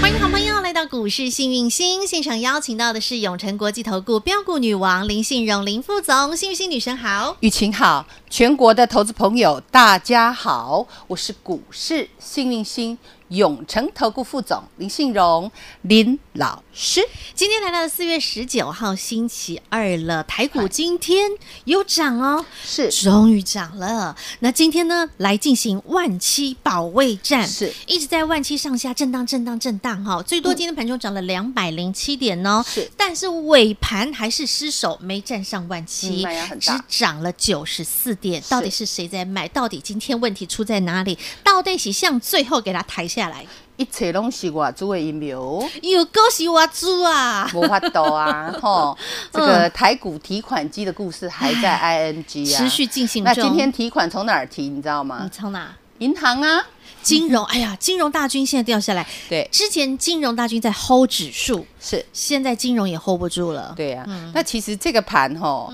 欢迎好朋友来到股市幸运星现场，邀请到的是永诚国际投顾标股女王林信荣林副总，幸运星女神好。雨晴好，全国的投资朋友大家好，我是股市幸运星永诚投顾副总林信荣林老师。今天来到四月十九号星期二了，台股今天有涨哦，是终于涨了。那今天呢，来进行万七保卫战，是嗯一直在万七上下震荡、震荡、震荡哈、最多今天盘中涨了两百零七点哦，是但是尾盘还是失手，没站上万七，嗯卖压很只大涨了九十四点。到底是谁在卖？到底今天问题出在哪里？到底是向最后给它抬下来？一切拢是我做的阴谋，有恭喜我猪啊！无法度啊，吼！这个台股提款机的故事还在 ING 啊，持续进行中。嗯那今天提款从哪儿提，你知道你吗？从哪？银行啊，金融，哎呀，金融大军现在掉下来。对之前金融大军在 hold 指数，是现在金融也 hold 不住了。，对啊。嗯那其实这个盘吼，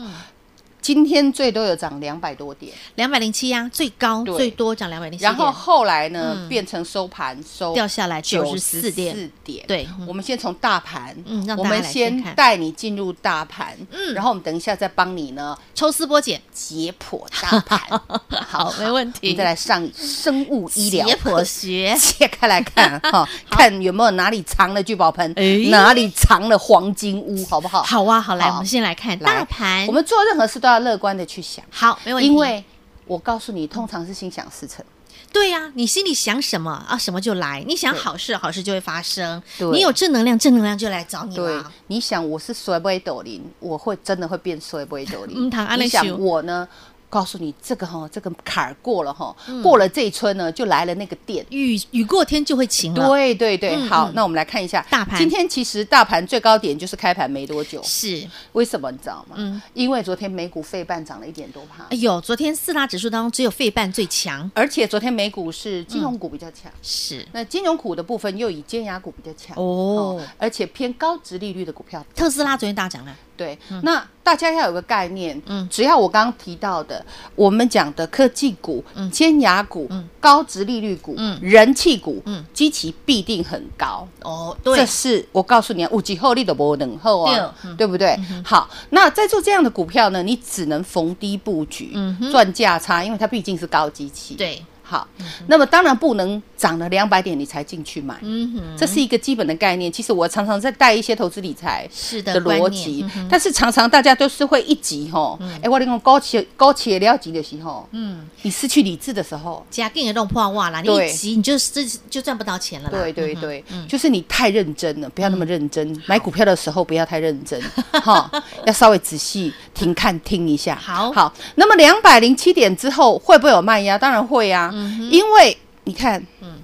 今天最多有涨两百多点。两百零七呀，最高对最多涨两百零七然点，后后来呢，嗯变成收盘收掉下来四94点四点。对我们先从大盘，嗯让我大家们来先先看带你进入大盘，嗯然后我们等一下再帮你呢抽丝剥�茧，解剖大盘， 好，没问我题。们再来上生物医疗解课剖 学，切开来看 哈、看有没有哪里藏了聚宝盆，哎哪里藏了黄金屋，好不好？好啊，好来，好我们先来看来大盘，我们做任何事都要乐观的去想，好，没问题，因为我告诉你，通常是心想事成。对呀、你心里想什么啊，什么就来。你想好事，好事就会发生。对你有正能量，正能量就来找你对了。，你想我是衰杯斗林，我会真的会变衰杯斗林。 嗯唐安你乐想修我呢？告诉你，这个哈，这个坎儿过了哈，嗯过了这一村呢，就来了那个店。雨雨过天就会晴了。对对对，嗯好嗯，那我们来看一下大盘今天其实大盘最高点就是开盘没多久，是，为什么你知道吗？嗯因为昨天美股费半涨了一点多趴哎，呦，昨天四大指数当中只有费半最强。而且昨天美股是金融股比较强，是那金融股的部分又以尖牙股比较强嗯哦，而且偏高值利率的股票特斯拉昨天大涨了。对，那大家要有个概念，嗯只要我刚刚提到的，我们讲的科技股、尖牙股、嗯高值利率股、嗯人气股，嗯基期必定很高。哦，这对，是我告诉你啊，五级后利的波等后啊，对嗯对不对？好，那在做这样的股票呢，你只能逢低布局，嗯哼赚价差，因为它毕竟是高基期。，对，好，那么当然不能涨了两百点你才进去买，嗯哼，这是一个基本的概念。其实我常常在带一些投资理财，是的的逻观辑念。嗯，但是常常大家都是会一急吼，哎，我跟你讲高企高企了急的时候，嗯，你失去理智的时候，加给你弄破袜啦，你对一急你就这就赚不到钱了啦。对对嗯哼对嗯，就是你太认真了，不要那么认真。买股票的时候不要太认真，哈，要稍微仔细停看听一下。好好，那么两百零七点之后会不会有卖压？当然会啊，因为你看，嗯。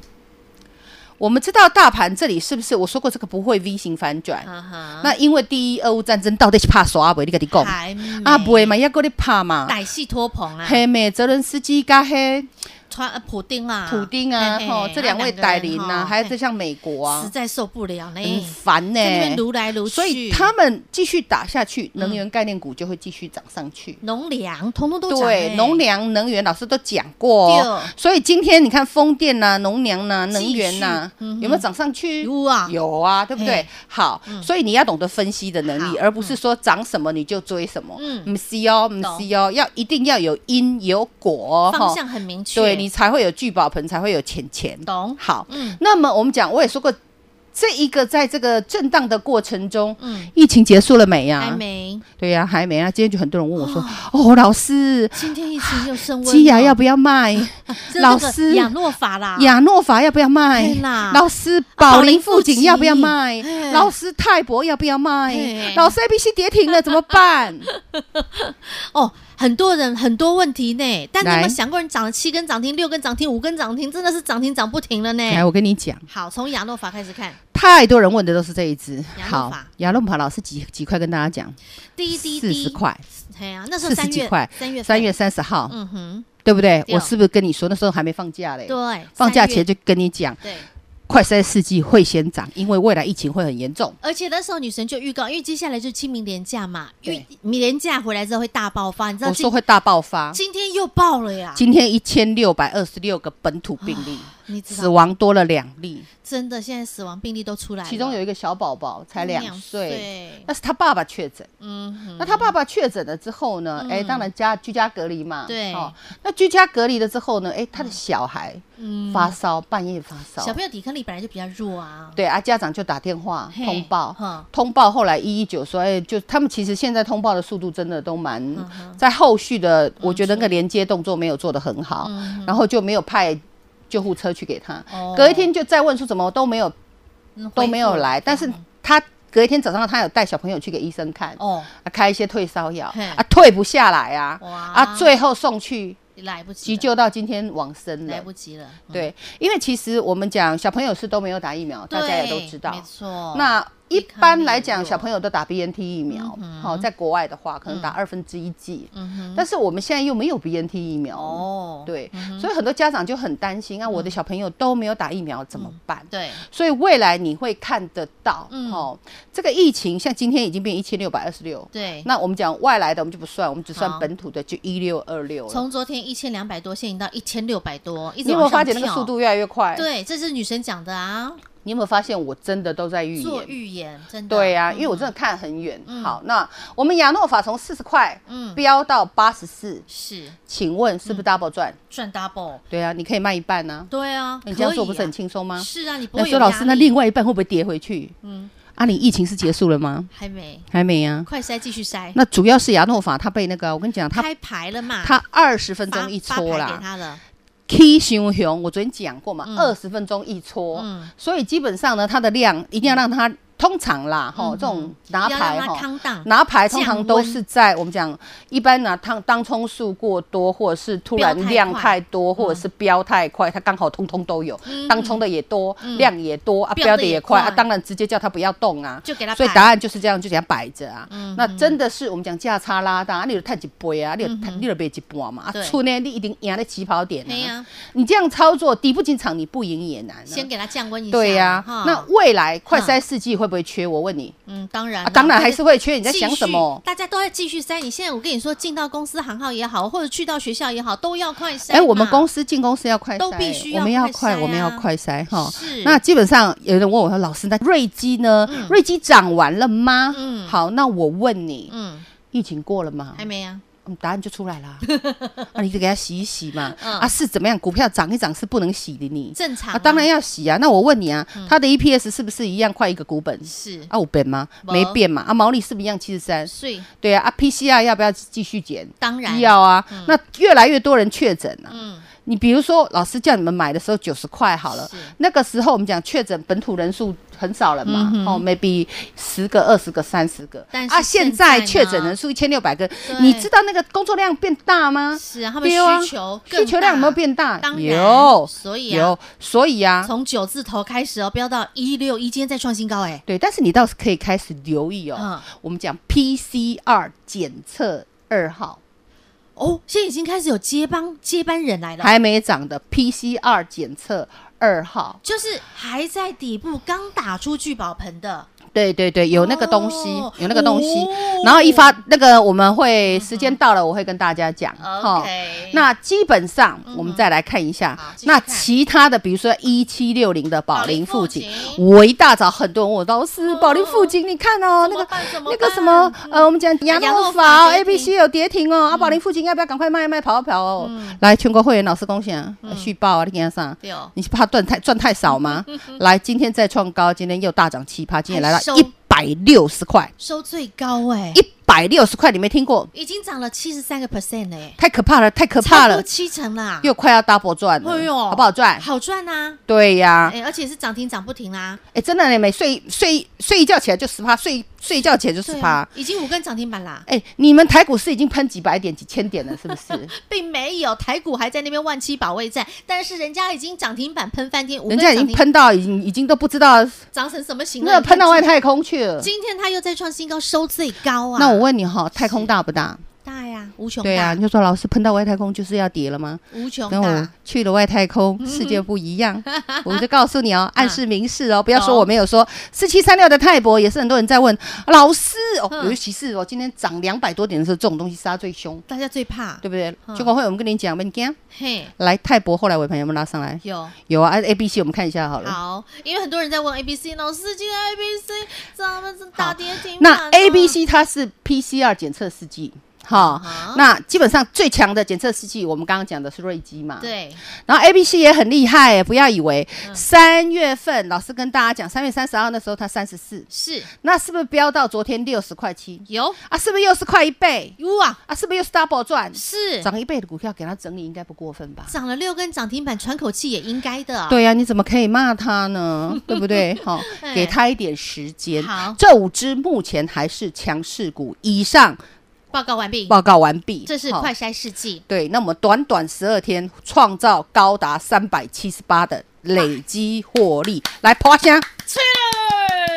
我们知道大盘这里是不是？我说过这个不会 V 型反转，啊哈，那因为第一俄乌战争到底是怕啥？不，你跟你讲，还啊，没不会嘛，要搁你拍嘛。歹戏拖棚啊，黑美泽伦斯基加黑川呃普丁啊，普丁啊，嘿嘿吼，这两位歹灵啊两个人啊，哦还有嘿这像美国实啊，在受不了呢，很烦呢在那边。撸来撸去，所以他们继续打下去，能源概念股就会继续涨上去。农粮通通都涨对，欸农粮、能源老师都讲过哦对，所以今天你看风电呐、农粮呐、能源呐，继续嗯哼有没有涨上去？有啊有啊，对不对嘿？嗯好，所以你要懂得分析的能力，好而不是说涨什么你就追什么。嗯嗯，不是哦，不是哦，要一定要有因有果，方吼向很明确，对你才会有聚宝盆，才会有钱钱。懂？好，嗯那么我们讲，我也说过，这一个在这个震荡的过程中，嗯，疫情结束了没呀、还没，对呀、还没啊。今天就很多人问我 说：“哦，老师，今天疫情又升温了， 鸡牙要不要卖？ 这老这个师养诺法啦，亚诺法要不要卖对啊啦？老师，宝宝林林富富锦锦要不要卖嘿？老师，泰博要不要嘿 卖？老师，ABC 跌停了怎么办？哦，很多人很多问题呢。但你有没有来想过，你涨了七根涨停、六根涨停、五根涨停，真的是涨停涨不停了来，呢？我跟你讲，好，从亚诺法开始看，太多人问的都是这一只。亚诺好法，亚诺法老师几几块跟大家讲，第一滴四滴十，块，哎呀，那时候四三十几月块，三月份三月，三十号，嗯哼，对不对？对我是不是跟你说那时候还没放假嘞？对，哦放假三月前就跟你讲，对。快筛试剂会先涨，因为未来疫情会很严重。而且那时候女神就预告，因为接下来就是清明连假嘛，因为对明连假回来之后会大爆发，你知道我今说会大爆发，今天又爆了呀！今天一千六百二十六个本土病例，你知死道，亡多了两例，真的现在死亡病例都出来了，其中有一个小宝宝才两岁，岁，那是他爸爸确诊。嗯哼，那他爸爸确诊了之后呢？哎、当然家居家隔离嘛。对那居家隔离了之后呢？哎，他的小孩嗯发烧，半夜发烧小。朋友抵抗力本来就比较弱啊，对啊，家长就打电话嘿通报嗯，通报后来一一九说，哎，就他们其实现在通报的速度真的都蛮嗯哼，在后续的，我觉得那个连接动作没有做得很好，然后就没有派救护车去给他嗯哦，隔一天就再问说怎么都没有嗯都没有来，但是他隔一天早上他有带小朋友去给医生看，哦，啊，开一些退烧药嘿啊，退不下来啊，哇啊，最后送去来不及急了，救到今天往生来了。不及了，嗯，对，因为其实我们讲小朋友是都没有打疫苗，大家也都对知道没。错。那一抵抗力般来也讲，弱小朋友都打 BNT 疫苗，好，在国外的话可能打二分之一剂，嗯哼，但是我们现在又没有 BNT 疫苗，哦，嗯嗯对，所以很多家长就很担心啊，我的小朋友都没有打疫苗怎么办？对，所以未来你会看得到，嗯哦，这个疫情像今天已经变一千六百二十六，对那我们讲外来的我们就不算，我们只哎好算本土的就一六二六了。从昨天一千两百多，现在已经到一千六百多，一直你有没往有上发觉那个跳速？度越来越快？，对，这是女神讲的啊，你有没有发现我真的都在预做言？预言，真的。对呀、啊，嗯因为我真的看很远。好，那我们亚诺法从四十块嗯飙到八十四，是请问是不是 double 赚？赚 double，对啊，你可以卖一半呢、对啊，你这样可以做不是很啊轻松吗？是啊，你不那会说有老压师，那力另外一半会不会跌回去？嗯啊，你疫情是结束了吗？还没，还没啊呀、快筛继续筛，那主要是亚诺法，他被那个我跟你讲，他开牌了嘛，他二十分发钟一发搓牌啦给，他了， K 熊熊，我昨天讲过嘛，二十、分钟一搓，嗯所以基本上呢，它的量一定要让它通常啦，哈、这种拿嗯要让牌他哈，康荡，拿牌通常降都温是在我们讲一般拿当当冲数过多，或者是突然飙太量快嗯太多，或者是飙太快，它刚好通通都有，当冲的也多，量也多啊，飙飙得的也也快啊，快当然直接叫它不要动啊，就给他所以摆答案就是这样，就给它摆着啊。嗯那真的是我们讲价差拉大，啊你有赚一倍啊，你有赚你有卖一半嘛，啊嗯对，出呢你一定赢在起跑点对啊呀。你这样操作敌不进场，你不赢也难啊。先给他降温一下，对呀，哈那未来快筛试剂会不会缺？我问你，嗯，当然啊啦，当然大还家是会缺。你在想继续什么？大家都在继续筛。你现在我跟你说，进到公司行号也好，或者去到学校也好，都要快筛嘛。哎、我们公司进公司要快筛，都必须要我们要快筛快，啊我们要快筛哈。是那基本上有人问我说：“老师，那瑞基呢？瑞基涨完了吗？”嗯好，那我问你，嗯疫情过了吗？还没啊，嗯答案就出来啦。 啊，你就给它洗一洗嘛。嗯啊，是怎么样？股票涨一涨是不能洗的你，正常嗯啊，当然要洗啊。那我问你啊，它的 EPS 是不是一样快一个股本？是啊，有变吗？没没变嘛。啊，毛利是不是一样七十三？所以对啊，啊，PCR 要不要继续减？当然要啊。那越来越多人确诊啊。嗯你比如说，老师叫你们买的时候九十块好了是，那个时候我们讲确诊本土人数很少了嘛，嗯哼哦，maybe 十个、二十个、三十个，但是啊，现现在在呢确诊人数一千六百个，你知道那个工作量变大吗？是啊，他们对啊需求更需求量有没有大？变大？当然有，所以啊有，所以啊，从九字头开始哦，飙到一六一，今天再创新高哎，对，但是你倒是可以开始留意嗯哦，我们讲 PCR 检测二号哦，现在已经开始有接班接班人来了，还没涨的 PCR 检测二号。就是还在底部刚打出聚宝盆的，对对对，有那个东西，哦有那个东西，哦然后一发那个我们会时间到了，我会跟大家讲哦 OK 嗯那基本上我们再来看一下好，继续那看其他的比如说一七六零的宝宝林林富富锦锦，我一大早很多人问我老师，宝林富锦，你看哦，怎那么个办怎么那个办嗯什么呃，我们讲亚亚诺诺法法跌 A B 停 C 有跌停哦，啊，嗯宝林富锦要不要赶快卖一卖跑一跑哦？来，全国会员老师恭喜啊，嗯续报啊，你给他上。对哦，你是怕赚太赚太 少吗？来，今天再创高，今天又大涨七趴，今天来还收到一百六十块，收最高哎，一百六十块，你没听过？已经涨了七十三个 percent 了耶，太可怕了，太可怕超过了，七成啦，又快要 double 赚了，哎呦好不好赚？好赚呐、对呀、啊，哎、而且是涨停涨不停啦、哎、真的，你每睡睡睡一觉起来就十趴，睡睡一觉起来就十对趴啊。，已经五根涨停板啦，哎、你们台股市已经喷几百点、几千点了，是不是？并没有台股还在那边万七保卫战，但是人家已经涨停板喷翻天， 五人根家已涨经停喷到已经已经都不知道涨成什么形了？那你看喷到外今太空去了。今天它又在创新高，收最高啊！那我问你哈，太空大不大？大呀，无穷对呀、大，你就说老师喷到外太空就是要跌了吗？无穷等我大，嗯去了外太空，世界不一 样。我就告诉你哦，暗示明示哦，不要说我没有说。四七三六的泰博也是很多人在问老师哦，嗯尤其是我今天涨两百多点的时候，这种东西杀最凶，大家最怕对不对嗯？结果会我们跟你讲，你讲嘿。啊来泰博，后来尾盘有没有拉上来？有有啊，A B C 我们看一下好了。好，因为很多人在问 A B C 老师，今天 A B C 咱们是大跌停板那啊 A、B、C 它是 PCR 检测试剂，哈、啊那基本上最强的检测试剂，我们刚刚讲的是瑞基嘛。。对然后 A、B、C 也很厉害耶，不要以为嗯三、月份老师跟大家讲，三月三十号那时候它三十四，是那是不是飙到昨天六十块七有啊？是不是又是快一倍哇，啊？是不是又是 double 赚？是涨一倍的股票给它整理应该不过分吧？涨了六根涨停板，喘口气也应该的啊。对呀、你怎么可以骂他 呢？对不对？好、哎给他一点时间。好这五只目前还是强势股。以上报告完毕，报告完毕。这是好快筛试剂。对，那么短短十二天，创造高达三百七十八的累积获利，来啪香，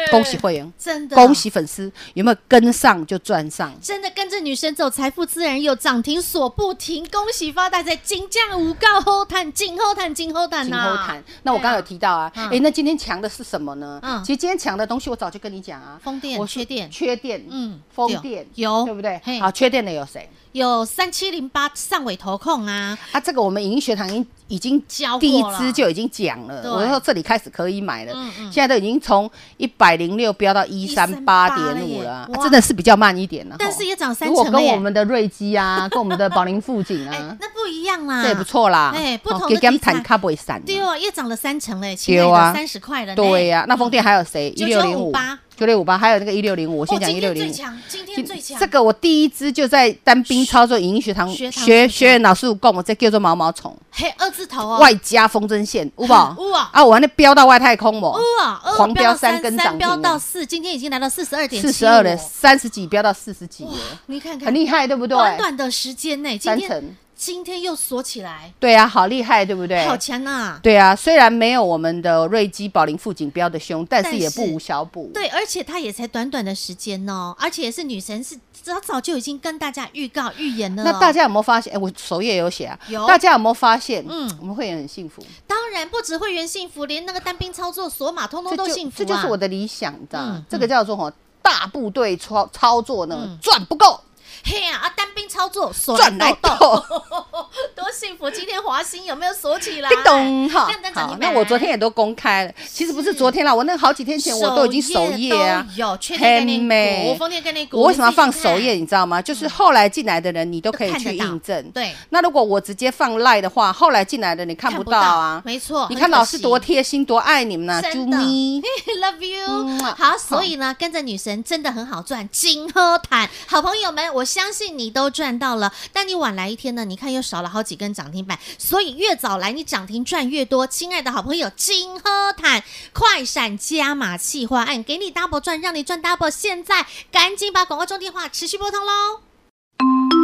恭喜会员，真的啊恭，喜粉丝，有没有跟上就赚上？真的跟着女神走，财富自然有，涨停锁不停，恭喜发大财，金价无告后探，进后探，进后探啊今呐、后谈，那我刚刚有提到啊，嗯哎，那今天强的是什么呢？嗯其实今天强的东西我早就跟你讲啊，风电我缺电缺电，嗯风对电有对不对嘿？好，缺电的有谁有三七零八上尾投控啊，啊？这个我们影音学堂已经已经教过第一了支就已经讲了，对我说这里开始可以买了嗯，现在都已经从一百零六飙到一三八点五了啊，哇啊真的是比较慢一点了。但吼是也涨三如成果了跟耶我们的瑞 基啊，跟我们的宝林富锦哎、啊，那不一样啦，这也不。错啊啦。哎不吼同的给他题们材谈卡不会散啊。对哦，也涨了三成嘞，亲对爱啊的，三十块了呢。嗯哦对呀、那风电还有谁？一六零五9958九六五八，还有那个一六零五，我哦，先讲今一天六最零五。强，今天最强，这个我第一支就在单兵操作影音学堂学堂学学学员老师有跟我这叫做毛毛虫，嘿二字头哦，外加风筝线，有吧？有啊啊，我那飙到外太空哦，哇，二狂飙到三根涨停飙到哦，四，今天已经来到四十二点四十二了，三十几飙到四十几了，你看看很厉害，对不对？短短的时间内，今三天成，今天又锁起来，对啊，好厉害，对不对？好强啊！对啊，虽然没有我们的瑞基、宝林、富锦标的凶，但但是也是不无小补。对，而且它也才短短的时间哦，而且也是女神是早早就已经跟大家预告预言了哦。那大家有没有发现？哎、我首页有写啊。有大家有没有发现？嗯嗯，我们会员很幸福，当然不止会员幸福，连那个单兵操作索马通通都就幸福啊！这就是我的理想，你知道吗？嗯这个叫做哈大部队操操作呢，赚、不够，嘿呀啊，单兵操作锁赚来豆斗豆， 多幸福！今天华兴有没有锁起来？叮咚哈亮灯。涨好停，那板我昨天也都公开了，其实不是昨天啦，我那好几天前我都已经首页啊。都有确定概念很美股，风电概念股，我为什么要你自己放去看嗯首页？？你知道吗？就是后来进来的人，你都可以都看得去到印证。对，那如果我直接放赖的话，后来进来的你看不到啊。没错，你很看可老师惜多贴心，多爱你们呐、真啾的咪。 Love you，嗯啊好，所以呢，跟着女神真的很好赚，金喝坦，好朋友们，我相信你都赚到了。但你晚来一天呢，你看又少了好几根涨停板，所以越早来，你涨停赚越多。亲爱的好朋友，金喝坦，快闪加码气化案，给你 double 赚，让你赚 double。现在赶紧把广告中电话持续拨通喽，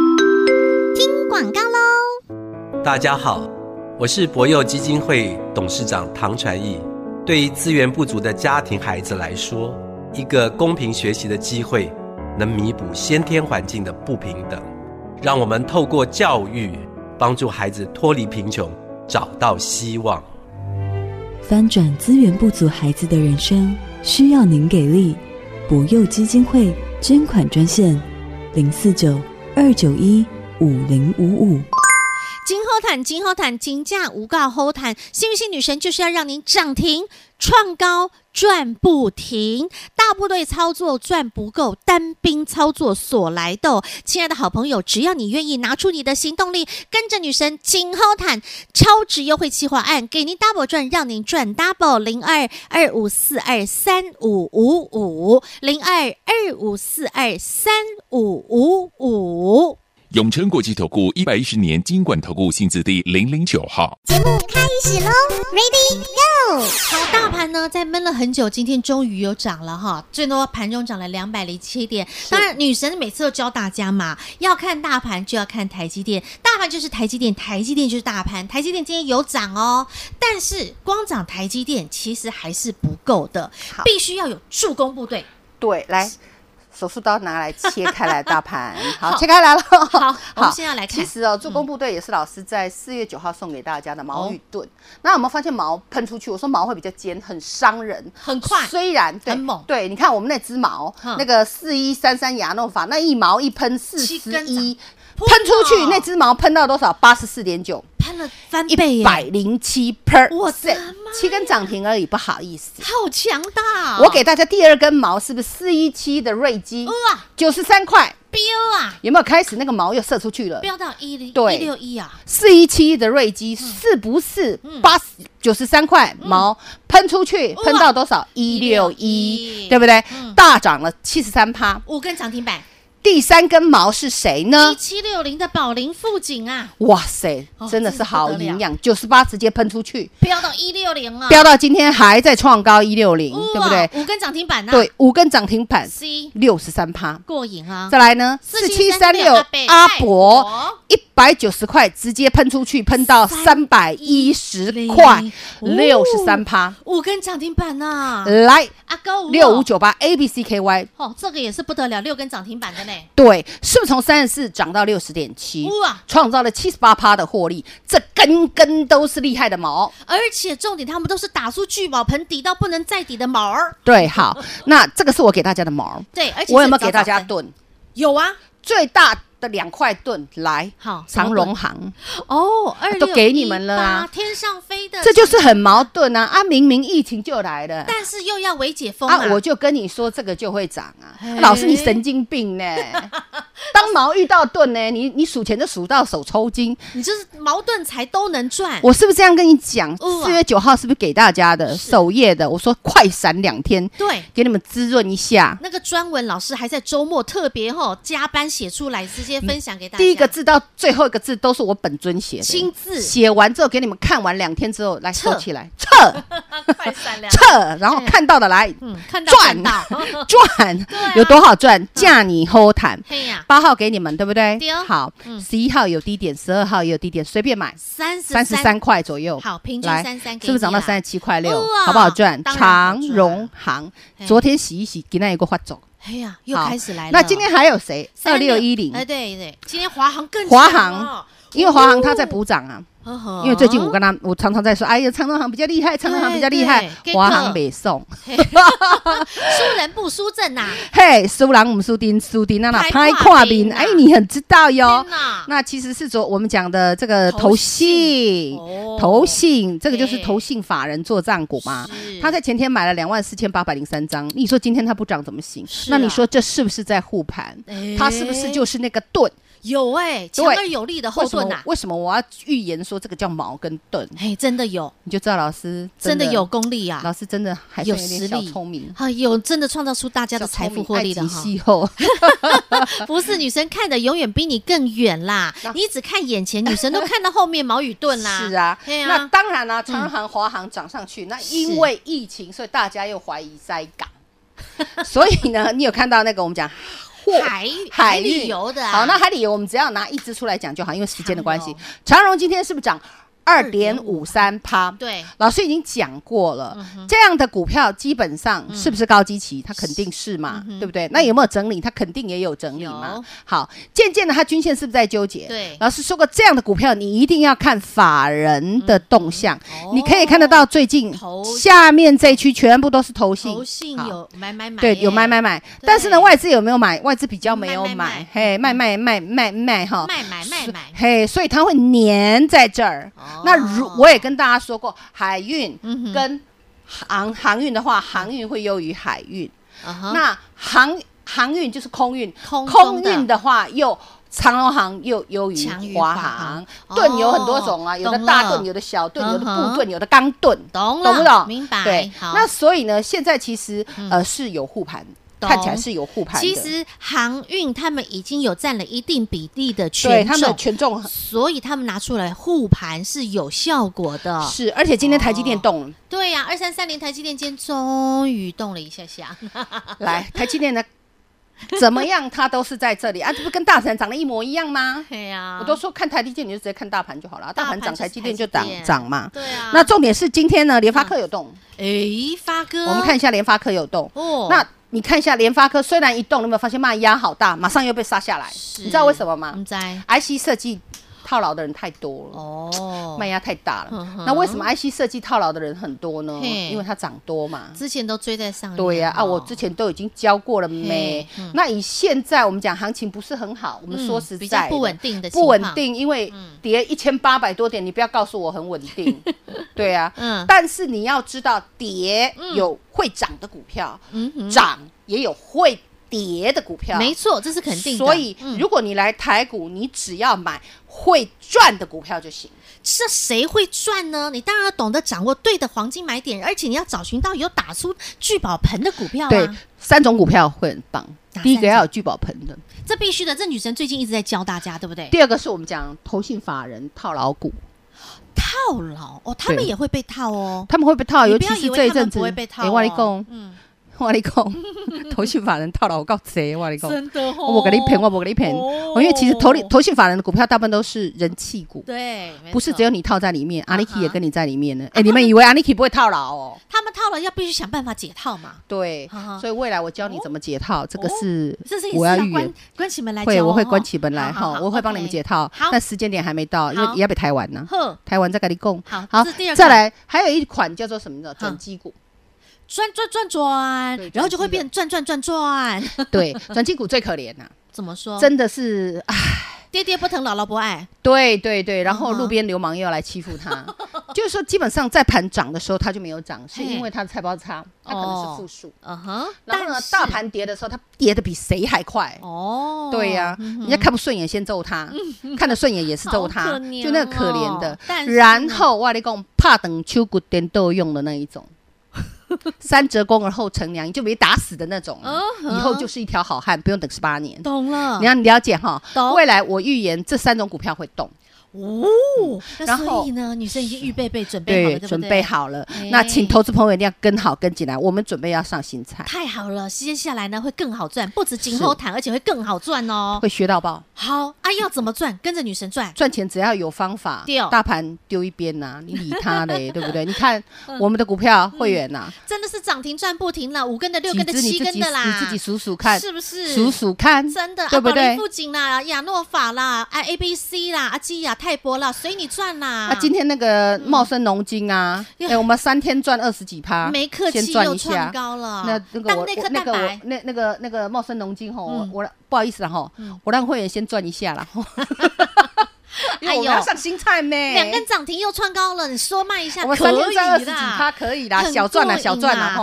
听广告喽。大家好，我是博幼基金会董事长唐传义。对于资源不足的家庭孩子来说，一个公平学习的机会，能弥补先天环境的不平等。让我们透过教育，帮助孩子脱离贫穷，找到希望。翻转资源不足孩子的人生，需要您给力。博幼基金会捐款专线：零四九二九一五零五五。今后谈，今后谈，金价无告后谈。幸运星女神就是要让您涨停创高赚不停，大大部队操作赚不够，单兵操作所来斗。亲爱的好朋友，只要你愿意拿出你的行动力，跟着女神景后坦超值优惠计划案，给您 double 赚，让您赚 double 零二二五四二三五五五零二二五四二三五五五。永诚国际投顾一百一十年金管投顾新字第零零九号。好，大盘呢在闷了很久，今天终于有涨了哈，最多盘中涨了两百零七点。当然，女神每次都教大家嘛，要看大盘就要看台积电，大盘就是台积电，台积电就是大盘。台积电今天有涨哦，但是光涨台积电其实还是不够的，必须要有助攻部队。对，来，手术刀拿来切开来，大盘好，切开来了。 好我们现在来看嗯其实哦，助攻部队也是老师在四月九号送给大家的毛与盾。那有没有发现毛喷出去？我说毛会比较尖，很伤人，很快虽然对很猛对，你看我们那只毛嗯，那个四一三三牙弄法，那一毛一喷四七十根长一，喷喷出去哦那只毛喷到多少？八十四点九。攀了翻倍一耶，百零七 per，我的妈呀七根涨停而已，不好意思。好强大、哦！我给大家第二根毛是不是四一七的瑞基哇，九十三块，标啊，有没有开始那个毛又射出去了？标到一零对一六一啊，四一七的瑞嗯基是不是八九十三块毛喷出去，嗯哇喷到多少？一六161一，对不对？嗯大涨了七十三趴。五根涨停板，第三根毛是谁一呢？七六零的宝林富锦啊，哇塞哦，真的真是的好不得了营养，九十八直接喷出去，标到一六零啊，飙到今天还在创高一六零，对不哇对？五根涨停板呢、对，五根涨停板， C 六十三趴。过瘾啊！再来呢，四七三4736六阿阿伯伯一百九十块直接喷出去，喷到三百一十块，六十三趴。五根涨停板呐、来，阿高五呃六五九八 A B C K Y，哦，这个也是不得了，六根涨停板的呢。对，是不是从三十四涨到六十点七？哇创造了七十八趴的获利，这根根都是厉害的毛。而且重点，他们都是打出聚宝盆底到不能再底的毛儿，对， 好，那这个是我给大家的毛，对，而且我是有没有早给大哎早家分？盾？有啊，最大的两块盾来，好什么长盾荣行。哦，二都给你们了啊天上飞的，这就是很矛盾啊！啊，明明疫情就来了。但是又要微解封啊，我就跟你说这个就会涨啊嘿！老师，你神经病 呢、当毛遇到盾呢、你你数钱就数到手抽筋。你就是矛盾才都能赚，我是不是这样跟你讲？哦啊四月九号是不是给大家的首页的？我说快闪两天，对。给你们滋润一下。那个专文老师还在周末特别吼、加班写出来，直接分享给大家。第一个字到最后一个字都是我本尊写的，亲自写完之后给你们看完两天之后来撤收起来，撤快闪 亮，撤，然后看到的来嗯，看到看赚到，赚啊，有多好赚？嫁你齁谈。嘿呀，八号给你们，对不对对哦？好嗯，十一号有低点，十二号也有低点，随便买，三十三十三块左右。好平均来33给你啦啊是不是涨到三十七块六哇？好不好赚？当然好赚长荣行嘿昨天洗一洗，今天有个发走，哎呀，又好开始来了。那今天还有谁？二三六一零，哎，对对，今天华航更华强哦，因为华航它在补涨啊。呵呵因为最近我跟他，我常常在说，哎呀，长荣行比较厉害，长荣行比较厉害对对，华航北送。 输人不输阵呐，嘿，苏郎姆苏丁苏丁，那那拍拍跨跨屏饼，啊哎，你很知道哟天哪。那其实是昨我们讲的这个投投信信哦，投信这个就是哎投信法人做账股嘛是。他在前天买了两万四千八百零三张，你说今天它不涨怎么行是？那啊你说这是不是在护盘哎？它是不是就是那个盾？有哎，强对而有力的后为什盾啊么呐，为什么我要预言说这个叫矛跟盾？哎，真的有，你就知道老师真的有功力老啊，师真的还是有有点实小力，聪明，啊，有真的创造出大家小的聪财富明获爱利的及哈。 气候。 不是女生看的永远比你更远啦，你只看眼前，女生都看到后面毛与盾啦。 是啊，对那啊，当然啦、长荣航、华航涨上去，那因为疫情，所以大家又怀疑塞港， 所以呢，你有看到那个我们讲货海运海海旅运游的啊好，那海旅游我们只要拿一支出来讲就好，因为时间的关系长荣。长荣今天是不是涨二点五三趴？。对，老师已经讲过了，嗯这样的股票基本上是不是高基期？它肯定是嘛，对不对？那有没有整理？它肯定也有整理嘛嗯有。好，渐渐的它均线是不是在纠结？对老师说过，这样的股票你一定要看法人的动向嗯哦，你可以看得到最近投下面这一区全部都是投信，投信好有买买买耶，对，有卖卖买，对但是呢，外资有没有买？外资比较没有卖卖买卖，嘿，卖卖卖卖卖哈，卖买卖是买嘿，所以它会粘在这儿哦。那如我也跟大家说过，海运嗯哼嗯跟航航运的话，航运会优于海运。啊哈那航航运就是空运，空中空的运的话又。长荣航又优强于于华华航航，盾有很多种啊，哦有的懂大了盾，有的小盾，有的嗯布哼盾，有的钢盾，懂了懂不懂？明白对，好嗯那所以呢，现在其实呃是有护盘，懂看起来是有护盘的。其实航运他们已经有占了一定比例的对权他们的重，权重很所以他们拿出来护盘是有效果的。是，而且今天台积电啊哦动了，对呀、2二三三零台积电今天终于动了一下下，来，台积电呢，怎么样，它都是在这里啊， 这不跟大盘涨得一模一样吗？对呀、我都说看台积电，你就直接看大盘就好了，大盘涨，啊就是台积电就台涨积电涨嘛。对啊。那重点是今天呢，联发科有动，诶，发哥，我们看一下联发科有动。哦，那你看一下联发科，虽然一动，你有没有发现卖压好大，马上又被杀下来？是嗯你知道为什么吗唔知？IC 设计套牢的人太多了。哦，卖压太大了哼哼，那为什么 IC 设计套牢的人很多呢？嘿因为它涨多嘛。之前都追在上面哦，对呀、啊，我之前都已经教过了没嘿嗯？那以现在我们讲行情不是很好，我们嗯说实在的、比较不稳定的情不稳况定，因为嗯跌一千八百多点，你不要告诉我很稳 定，对啊，嗯但是你要知道，跌有会涨的股票，嗯哼涨也有会跌的股票，没错，这是肯定的。所以、嗯如果你来台股，你只要买会赚的股票就行。这谁会赚呢？你当然要懂得掌握对的黄金买点，而且你要找寻到有打出聚宝盆的股票啊。对，三种股票会很棒哪。第一个三种要有聚宝盆的，这必须的。这女神最近一直在教大家，对不对？第二个是我们讲投信法人套牢股，套牢哦，他们对也会被套哦。他们会被套，你尤不其要以是为这一他们阵子。不会被套、诶哦。我跟你讲， 嗯，我跟你 讲，投信法人套牢我告贼，我跟你讲，真的哦，我跟你骗，我跟你骗。哦我因为其实投里投信法人的股票大部分都是人气股，对，没不是错只有你套在里面，啊哈阿啊尼基也跟你在里面呢。哎，你们以为阿尼基不会套牢哦？他们套了，要必须想办法解套嘛。对啊哈哈，所以未来我教你怎么解套，这个哦是这是也我是要要预言关。关起门来教哦、会，我会哈关起门来好哈，我会帮你们解。套好，但时间点还没到，因为好也要被台湾呢好。OK 呵，台湾在跟你供好好这是第二，再款来还有一款叫做什么呢？哈转基股，转转转转对，然后就转会基变转转转转。 对，转基股最可怜呐，怎么说？真的是 啊，爹爹不疼，姥姥不爱。对对对，然后嗯哼路边流氓又要来欺负他， 就是说基本上在盘涨的时候它就没有涨，是嘿因为它的菜包差，它可能是负数。嗯哼，然后呢但，是大盘跌的时候它跌的比谁还快。哦，对呀、嗯人家看不顺眼先揍他，看得顺眼也是揍好可他，怜就那个嗯可怜哦的但。是呢然后我跟你讲，怕等秋骨颠豆用的那一种，三折肱而后乘凉，就没打死的那种，嗯以后就是一条好汉，不用等十八年。懂了。你要了解哈嗯懂，未来我预言这三种股票会动，哦，那然所后以呢，女生已经预备备准备好了，对不对？准备。好了哎。那请投资朋友一定要跟好跟进来，我们准备要上新菜，太好了，接下来呢会更好赚，不止今后谈，而且会更好赚哦。会学到爆，好，啊，要怎么赚？跟着女神赚。赚钱只要有方法对哦，大盘丢一边呐，你理 他嘞，对不对？你看嗯我们的股票会员呐，真的是涨停赚不停了，五根的、嗯六几根的、只你七自根己的啦，你自己数数看，是不是？数数看，真的，对不啊、宝林对？富锦啦、亚诺法啦、啊 A B C 啦、阿基亚泰博啦，随你赚啦。啊，今天那嗯个茂生农金啊，呀哎，我们三天赚二十几趴，没客啊先气赚又一创下。高了，那那个啊当我那我颗那蛋个我白。那那个那个茂生农金吼，我嗯我不好意思啦吼，我让会员先赚一 下啦，吼因哎为我呦们要上新菜咩，两根涨停又创高了，你说卖一下哎我可们以三天赚啦二十几趴，可以啦，很小赚啦，过瘾小赚啦啦哦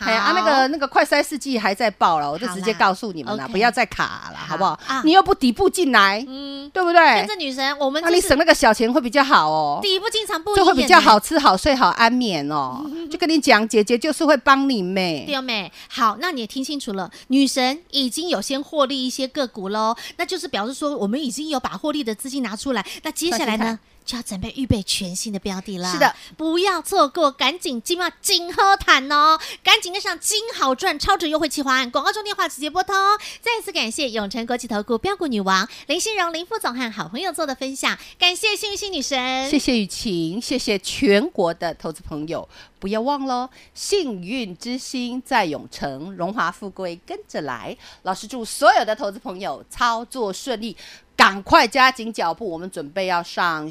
吼。哎呀，啊好那个那个快筛试剂还在爆了，我就好啦直接告诉你们啦， OK 不要再卡了，好不好啊？你又不底部进来，嗯，对不跟对着？女神，我们哎啊那你就是省那个小钱会比较好哦。底部进场不一啊就样，会比较好吃、好睡、好安眠哦。就跟你讲，姐姐就是会帮你妹。对没？好，那你也听清楚了，女神已经有先获利一些个股喽，那就是表示说我们已经有把获利的资金拿出来，那接下来那呢？就要准备预备全新的标的啦，是的，不要错过，赶紧今晚金喝谈哦，赶紧跟上金好赚超值优惠计划案，广告中电话直接拨通哦。再次感谢永诚国际投顾标股女王林心荣林副总和好朋友做的分享，感谢幸运星女神，谢谢雨晴，谢谢全国的投资朋友，不要忘喽！幸运之星在永城，荣华富贵跟着来。老师祝所有的投资朋友操作顺利，赶快加紧脚步，我们准备要上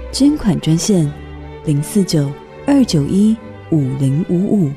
捐款专线：零四九二九一五零五五。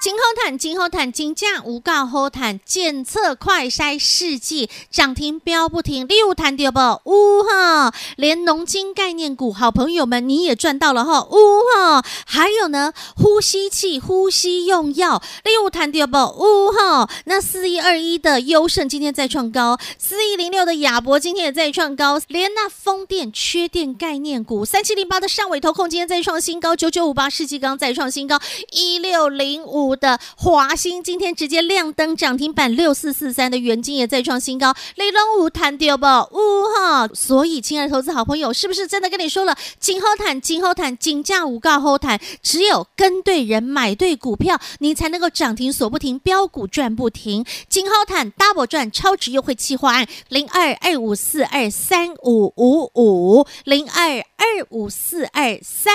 今后谈，今后谈，金价无告后谈，检测快筛试剂涨停飙不停，六谈对不？呜哈！连农经概念股，好朋友们你也赚到了哈，呜哈！还有呢，呼吸器、呼吸用药，六谈对不？呜哈！那四一二一的优胜今天在创高，四一零六的亚博今天也在创高，连那风电缺电概念股，三七零八的上尾投控今天在创新高，九九五八世纪刚再创新高，一六零五的华兴今天直接亮灯涨停板，六四四三的元金也再创新高，雷龙五谈掉不？呜哈！所以，亲爱的投资好朋友，是不是真的跟你说了，今后谈，今后谈，金价五告后谈，只有跟对人，买对股票，你才能够涨停锁不停，标股赚不停。金浩坦 Double 赚超值优惠计划案零二二五四二三五五五零二二五四二三